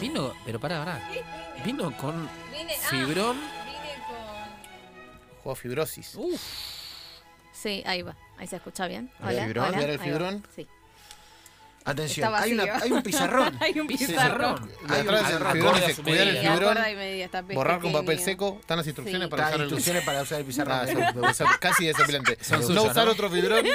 Vino, pero pará, pará. Vine, Vino con vine- ah, fibrón. vine con. Juego fibrosis. Uf, Sí, ahí va. Ahí se escucha bien. A ver, Hola, fibrón, hola, ¿y ahora el ahí va. fibrón? Sí. Atención, Está hay, una- vacío. hay un pizarrón. Hay un Sí, pizarrón. La Hay atrás del un pizarrón. fibrón Acorda dice, su cuidar el medida. fibrón, Acorda y medida, está pe- borrar con papel pequeño. seco. Están las instrucciones Sí. para Está usar el instrucciones para usar el pizarrón. Ah, Sí, son- me gusta. son casi desapilante. Son no suyas, usar ¿no? otro fibrón,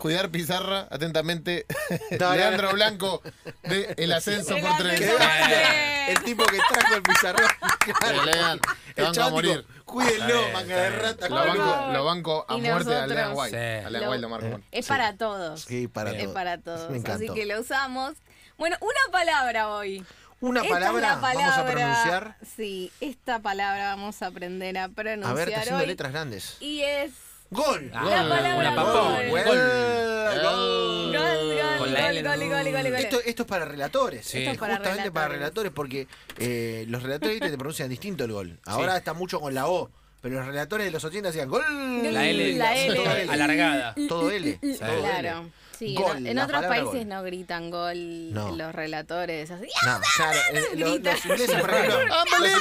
cuidar pizarra, atentamente. no, no. Leandro Blanco, de El Ascenso El por Qué Televisión. Ascenso. bárbaro. el tipo que trajo el pizarrón. Pero, Lean, te El van a chabón dijo, morir. Cuídenlo, Está bien, manga está de bien. rata. Lo Por banco, favor. lo banco a Y muerte a Lean nosotros. White. Sí. A Lean Lo- White lo marco. Es Sí. para todos. Sí, para es todos. para todos. Así Me encantó. que lo usamos. Bueno, una palabra hoy. Una Esta es palabra, la vamos a palabra- pronunciar. Sí, esta palabra vamos a aprender a A pronunciar ver, está haciendo hoy. letras grandes. Y es. Gol. Ah, La palabra una papón. gol. Gol. Gol, gol, Con gol, la L gol, en gol, gol, gol, gol. Esto, esto es para relatores. Sí. Esto es Esto es para justamente para relatores relatores. porque eh, los relatores ¿viste? te pronuncian distinto el gol. Ahora está mucho con la O, pero los relatores de los 80 hacían gol. la L, La L. Todo alargada. Todo L. Sí. todo L. Claro. Sí, Gol, en, en la otros palabra países gol. no gritan gol No. los relatores. Así. ¡Ah! No, claro, eh, lo- los, Grita. ingleses, por ejemplo. Unbelievable.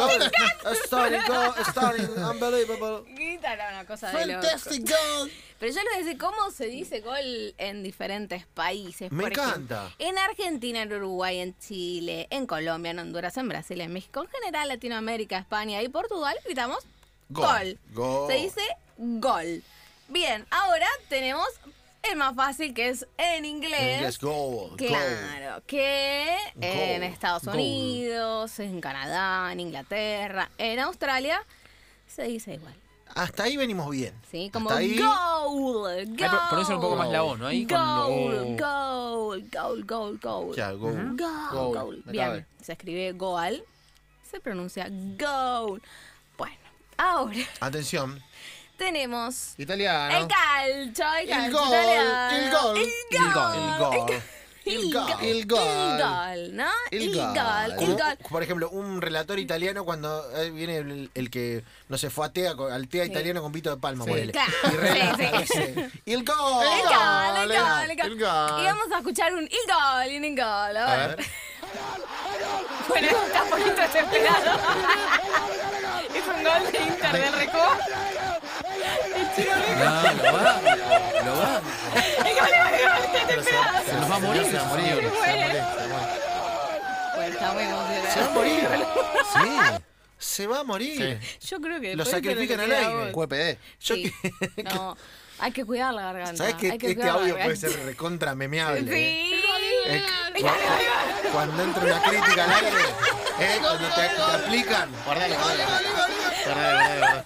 los ingleses, gol, stunning, gol, stunning, unbelievable. Gritan una cosa de loco. Fantastic goal. Pero yo les decía cómo se dice gol en diferentes países. Me por ejemplo, encanta. en Argentina, en Uruguay, en Chile, en Colombia, en Honduras, en Brasil, en México, en general, Latinoamérica, España y Portugal, gritamos gol. Gol. Se dice gol. Bien, ahora tenemos el más fácil que es en inglés. En inglés, goal, goal. Claro, que en Goal, Estados goal. Unidos, en Canadá, en Inglaterra, en Australia, se dice igual. Hasta ahí venimos bien. Sí, como Hasta ahí. goal, Ahí pro- pronuncian un poco más la O, ¿no? Ahí con goal, lo- goal, goal, goal, goal. Ya, goal. Goal, Goal, goal. me cabe. Bien, se escribe goal, se pronuncia goal. Bueno, ahora Atención. tenemos el Italiano. calcio, el calcio Il gol, italiano. il gol. Il El gol. Il gol. El gol. Il Il gol. gol, ¿no? Il Il gol. gol. Como, Il gol. Por ejemplo, un relator italiano cuando eh, viene el, el que, no sé, fue a TEA, con- al TEA italiano con Pito de Palma, Sí. ponele. Claro, Y relata, sí, sí. dice, "Y el gol. Il gol, il gol, il Il gol. gol. Y vamos a escuchar un il gol, un il gol. A A ver. ver. Bueno, está un poquito desesperado. Es un gol de Inter del Recó. El chico No, Recó. lo va. Lo va. El gol, el gol, el gol, está desesperado. Se nos va a morir. Se va a morir. señor. se va a morir, se va a morir. Bueno, Pues está muy Se va a emocionado. morir. Sí. Se va a morir. Yo creo que. Lo después te sacrifican al queda a aire. vos. QPD. Yo Sí. No, hay que cuidar la garganta. ¿Sabes que hay que este cuidar la audio puede garganta. ser recontra memeable? eh? Sí. Eh, cu- cuando entra una crítica al aire, eh, cuando te, te aplican, Guardalo, guardalo. Guardalo, guardalo, guardalo.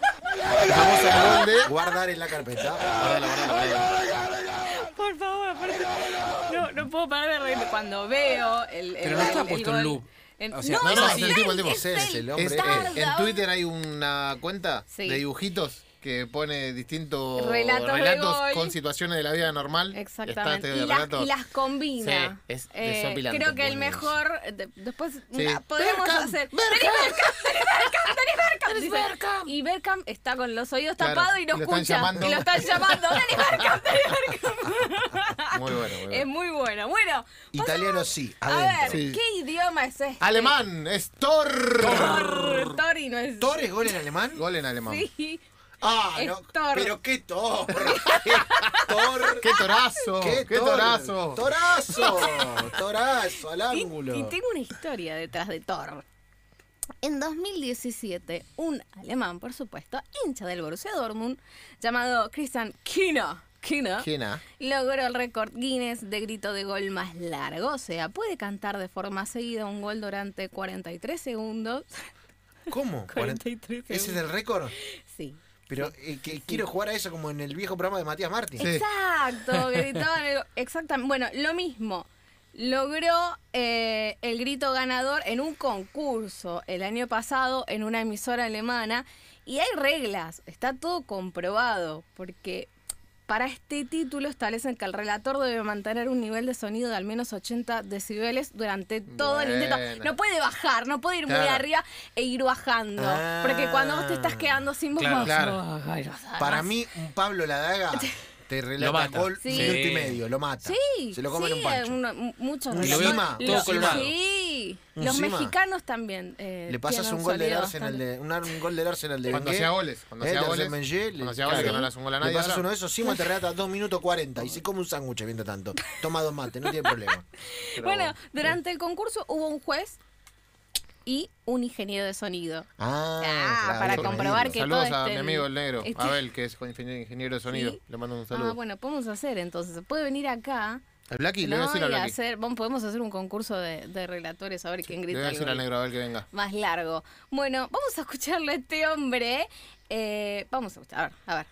Vamos a gol de- guardar en la carpeta. Guardalo, guardalo, guardalo. Por favor, por favor. No, no puedo parar de reírme cuando veo el. el Pero no está el- el puesto en gol. loop. En- O sea, no, no, es no, así. es el tipo, el tipo. Es Es el hombre, Es- eh, Tarda en un- Twitter hay una cuenta Sí. de dibujitos que pone distintos Relatos de gol. con situaciones de la vida normal. Exactamente. Está este y, las- relato. y las combina. Eh, Sí, es desopilante, creo que muy bien. el mejor. de- después Sí. ah, podemos Bergkamp, hacer. ¡Tenés Bergkamp! ¡Tenés Bergkamp! ¡Tenés Bergkamp! dice. Y Bergkamp está con los oídos Claro, tapados y no y lo están escucha. llamando. Y lo están llamando. ¡Tenés Bergkamp! ¡Tenés Bergkamp! Muy bueno, muy es bueno. muy bueno. Bueno, Italiano sí, a ver, adentro. Sí. ¿qué idioma es este? Alemán, es Tor. Tor, Tori no es. ¿Torres gol en alemán? Gol en alemán. Sí. Ah, no, Es Tor. pero qué Tor. Qué Tor. ¡Qué torazo! ¡Qué, Tor. torazo! Torazo. Torazo al Y, ángulo. y tengo una historia detrás de Thor. En 2017, un alemán, por supuesto, hincha del Borussia Dortmund, llamado Christian Kino, Kino, ¿Quién ah? logró el récord Guinness de grito de gol más largo. O sea, puede cantar de forma seguida un gol durante 43 segundos. ¿Cómo? 43 ¿Ese es el récord? Sí. Pero eh, que quiero jugar a eso como en el viejo programa de Matías Martín. Sí. Exacto, gritaban el- exactamente. Bueno, lo mismo. Logró eh, el grito ganador en un concurso el año pasado en una emisora alemana. Y hay reglas, está todo comprobado, porque para este título establecen que el relator debe mantener un nivel de sonido de al menos 80 decibeles durante todo el Bueno. intento. No puede bajar, no puede ir muy Claro. arriba e ir bajando. Ah. Porque cuando vos te estás quedando sin voz, Claro, vas- claro. ay, vas a- Para vas- mí, un Pablo Ladaga te Lo relata mata. gol Sí. minuto y medio, lo mata. Sí, Se lo comen sí, un pancho. uno- m- muchos Un de los encima, dos- todo los- colmado. Sí, sí. Los Encima, mexicanos también. eh, Le pasas tienen un gol del sonido Arsenal bastante. de, un, ar- un gol del Arsenal de Cuando Bengué, hacía goles, cuando eh, hacía de goles. Bengué, le- Cuando hacía goles, que claro. no le hace un gol a Le nadie. pasas ahora. uno de esos, Sima te relata 2 minutos 40 y se come un sándwich mientras tanto. Toma dos mates, no tiene problema. Bueno, durante el concurso hubo un juez y un ingeniero de sonido. Ah, Ah, claro, para qué comprobar lindo. que Saludos todo a esté mi en- amigo el negro, este- Abel, que es ingeniero ingeniero de sonido. Sí. Le mando un saludo. Ah, bueno, podemos hacer entonces. Puede venir acá. Al Blacky, le voy a ¿no? decir al y Blacky. hacer, bueno, podemos hacer un concurso de, de relatores a ver quién Le grita. voy a decir algo al negro Abel que venga. Más largo. Bueno, vamos a escucharlo a este hombre. Eh, vamos a escuchar. A ver, a ver.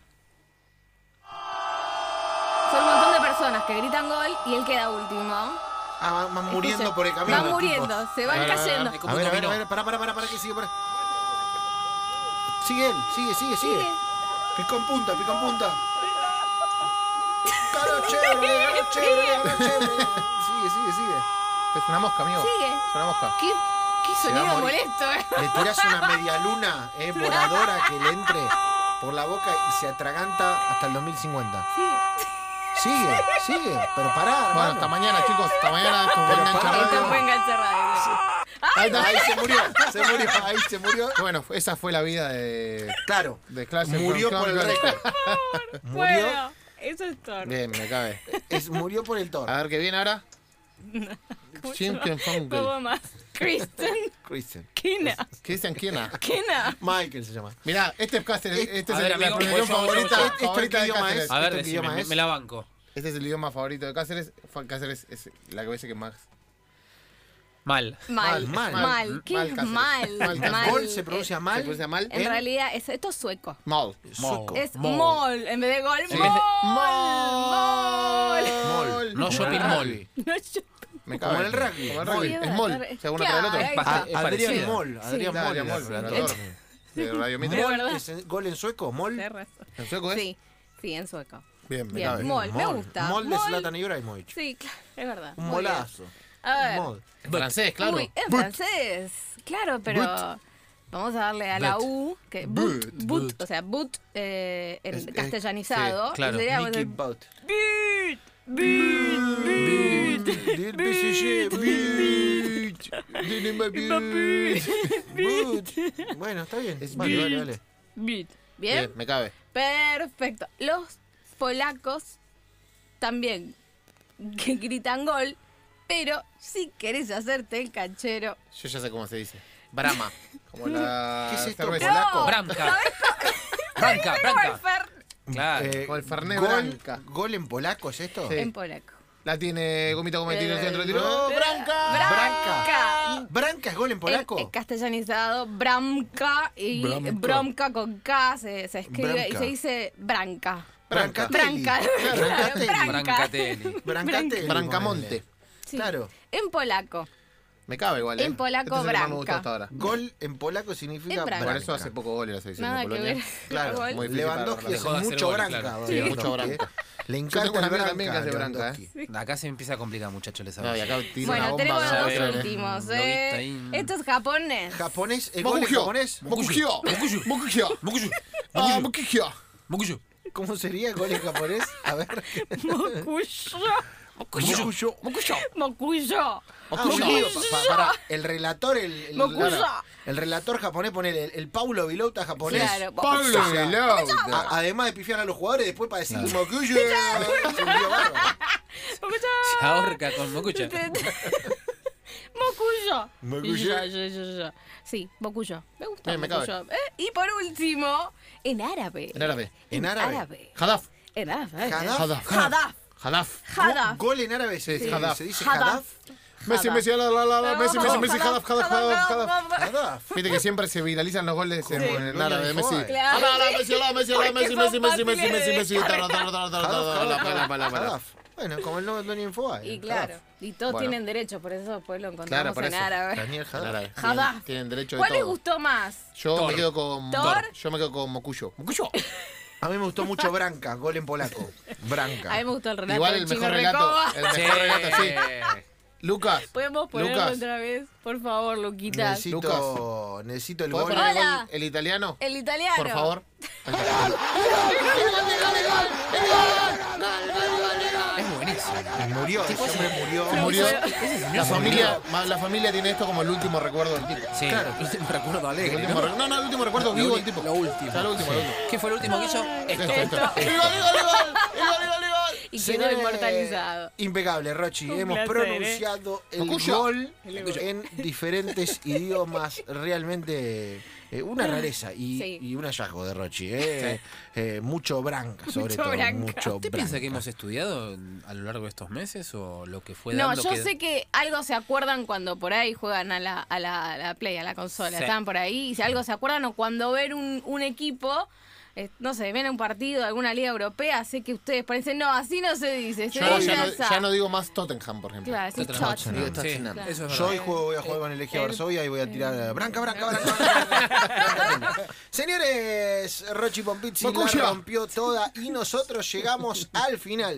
Son un montón de personas que gritan gol y él queda último. Ah, van muriendo Escuchen, por el camino. Van los muriendo, tipos. se van A ver, a ver, cayendo. Es como A ver, a ver, dominó. a ver, pará, pará, pará, pará, que sigue, pará. Sigue él, sigue, sigue, sigue. Sigue. Picó en punta, picó en punta. Ganó chévere, ganó chévere, ganó chévere. Sigue, sigue, sigue. Es una mosca, amigo. Sigue. Es una mosca. ¿Qué, qué Se va a sonido morir. molesto? eh? Le tirás una media luna eh, voladora que le entre por la boca y se atraganta hasta el 2050. Sigue, sigue, pero pará, Bueno, hermano. hasta mañana, chicos. Hasta mañana. Esto fue Pero Engancha para- Radio. Esto fue enganche radio. Ahí, está, ahí se murió, se murió, ahí se murió. Bueno, esa fue la vida de, Claro, de Clash. of murió Clans. por el récord. Murió, Bueno, eso es todo. Bien, me cabe. es, murió por el toro. A ver qué viene ahora. Christian Funkel. ¿Cómo más? Kristen Christian. Kina. Christian Kiena. Kina. Michael se llama. Mirá, este es Cáceres. Este A es ver, el- la amigo, profesión por favor, favorita, por favor. ¿Este favorita qué de idioma Cáceres. es? A ver, ¿Este qué idioma decime, me, es? me la banco. Este es el idioma favorito de Cáceres. Fue- Cáceres es la cabeza que más. Mal. Mal, Mal, mal, mal. mal, ¿Qué Mal, es Cáceres. mal, Mal, mal. Cáceres. Gol se pronuncia mal. ¿eh? ¿Se pronuncia mal? En realidad, es, esto es sueco. Mal. Sueco. Mol. Es Mol. mol, en vez de gol, Sí. mol. Mol. Mol. No shopping mall. No, yo- Me Como cabe. el rugby. Como el rugby. Mol. Es mol. Según uno para el otro. Claro, Basta, Ah, es Adrián parecido. Mol, Adrián Dale, Mol. Mol, era el relator. relator. De Radio Mitre. Mol, verdad. es el- gol en sueco, Mol. tenés razón. ¿En sueco es? Sí, sí, en sueco. Bien, me Bien, cabe. mol, me gusta. Mol de Mol. Zlatan Ibrahimovic. Sí, claro, es verdad. Un Muy bien. molazo. A ver. Mol. En francés, claro. Uy, en francés. Claro, pero vamos a darle a la But. U. Que But. but, but, o sea, but eh, en Es- es- castellanizado. sí, claro. Sería, Mickey but, Bout. but, but. Del PSG. Bitch. Dile, baby. Bout. Bueno, está bien. Es Vale, vale, Bout. vale. Bien. Bien, me cabe. Perfecto. Los polacos también que gritan gol, pero si querés hacerte el canchero. Yo ya sé cómo se dice. Brahma. Como la ¿Qué es esto, cerveza. polaco? Branca. Branca, branca. Golfer Claro. Eh, Con el Fernet gol, Branca. ¿Gol en polaco es esto? Sí. en polaco. La tiene Gomita como el tiro, el centro, el tiro. No, Branca. Branca. Eh, ¿Branca es gol en polaco? En- en castellanizado, Bramka y Bramka. Bramka, con K se, se escribe Bramka. y se dice Branca. Branca. Branca. Brancatelli. Brancatelli. Brancatelli. Brancamonte. Sí. Claro. En polaco. Me cabe igual. En eh. Este polaco, es el que más me Branca. gusta hasta ahora. Gol en polaco significa En branca. Por branca. eso hace poco goles la selección Nada de que Polonia. ver. Claro, Gol. Muy difícil Lewandowski para hace Dejó de hacer mucho goles, branca. claro. va, Sí, Lewandowski, mucho branca. ¿eh? Le Yo tengo encanta una el amiga branca. también que hace branca, Lewandowski. ¿eh? Acá se empieza a complicar, muchachos, les No, y aviso. acá tira una Bueno, bomba. tenemos a los ver, dos eh. últimos. Lo eh. viste ahí. Esto es japonés. Japonés, el gol en Mokugyo. japonés. Mokugyo. Mokugyo. Mokugyo. Mokuyu. Ah, Mokuyu. Mokugyo. Mokuyu. ¿Cómo sería el gol en japonés? A ver. Mokuyo. Mokuyu. Mokuyu. Mokuyo. Ah, Mokugyo. bueno, pa- pa- pará, el relator, el, el, Mokugyo. claro, el relator japonés, ponele, el, el Paulo Vilota japonés. Claro, Pablo O sea, Veloz. a- además de pifiar a los jugadores, después para decir Mokugyo. Es un lío bárbaro. Se ahorca con Mokucha. Mokuyo. Mokuyo. Yo, yo, yo, yo. Sí, Mokuyo. Me gusta. Bien, me Mokuyo. Eh, y por último, en árabe. En árabe. En árabe. Hadaf. En árabe. Hadaf. Hadaf. Hadaf. Hadaf. Hadaf. Gol en árabe se, Sí, se- Hadaf. se dice Hadaf. Hadaf. Messi, Messi, la, la, la, la, Messi, Messi, Messi, Hadaf, Hadaf, Hadaf, Hadaf. Hadaf. Viste que siempre se viralizan los goles en, en árabe de Messi. Claro. Ala, ala, Messi, ala, Messi, ala, Messi, Messi, Messi, Messi, Messi, Messi, tara, tara, tara, tara, Hadaf, tara, Hadaf, pala, pala, Hadaf. pala. Hadaf. Bueno, como el nuevo dueño de Infobae. Y claro. Y todos Ah, Bueno. tienen derecho, por eso después lo Claro, encontramos por en eso. árabe. Daniel En Hadaf. árabe. Hadaf. Tienen- Tienen derecho de ¿Cuál les todo. gustó más? Yo Thor. me quedo con Thor. Yo me quedo con Mocuyo. Mocuyo. A mí me gustó mucho Branca, gol en polaco. Branca. A mí me gustó el relato. Igual del el Chino mejor relato, Recoba. el mejor relato, sí. Lucas. ¿Podemos ponerlo Lucas. otra vez? Por favor, Luquita. Necesito, necesito el ¿Puedo gol. poner el Hola. gol- el italiano? El italiano. Por favor. ¡Gol, gol, gol, gol, gol, gol, gol, gol! Es buenísimo. Murió, ese hombre murió. Murió. La murió. familia, ma- la familia tiene esto como el último recuerdo del tipo. Sí, el último recuerdo El alegre. último ¿no? re- ¿no? no, el último recuerdo vivo del tipo. Lo último. O sea, lo último, lo Sí. último. ¿Qué fue el último que hizo? Esto. Esto, esto. ¡El gol, el gol, el gol! ¡El gol, el gol, el gol! Y Se quedó ve eh, inmortalizado. Impecable, Rochi. Un Hemos placer, ¿eh? pronunciado el Cucuyo. gol Cucuyo. en diferentes idiomas. Realmente eh, una rareza y, Ah, Sí. y un hallazgo de Rochi. eh. Eh, mucho branca, sobre Mucho todo. branca. Mucho ¿Usted piensa branca. que hemos estudiado a lo largo de estos meses o lo que fue No, dando yo que- sé que algo se acuerdan cuando por ahí juegan a la, a la, a la Play, a la consola. Sí. Estaban por ahí y si algo se acuerdan o cuando ven un, un equipo, eh, no sé, ven un partido de alguna liga europea, sé que ustedes parecen, no, así no se dice, se Yo dice ya no, asá". ya no digo más Tottenham, por ejemplo. Claro, sí, Tottenham. chocho. Digo, Sí, Tottenham. eso es Yo verdad. hoy juego, voy a jugar con el Legia Varsovia y voy a tirar eh, branca, branca, branca. branca, branca. Señores, Rochi Pompizzi la Bocuya. rompió toda y nosotros llegamos al final.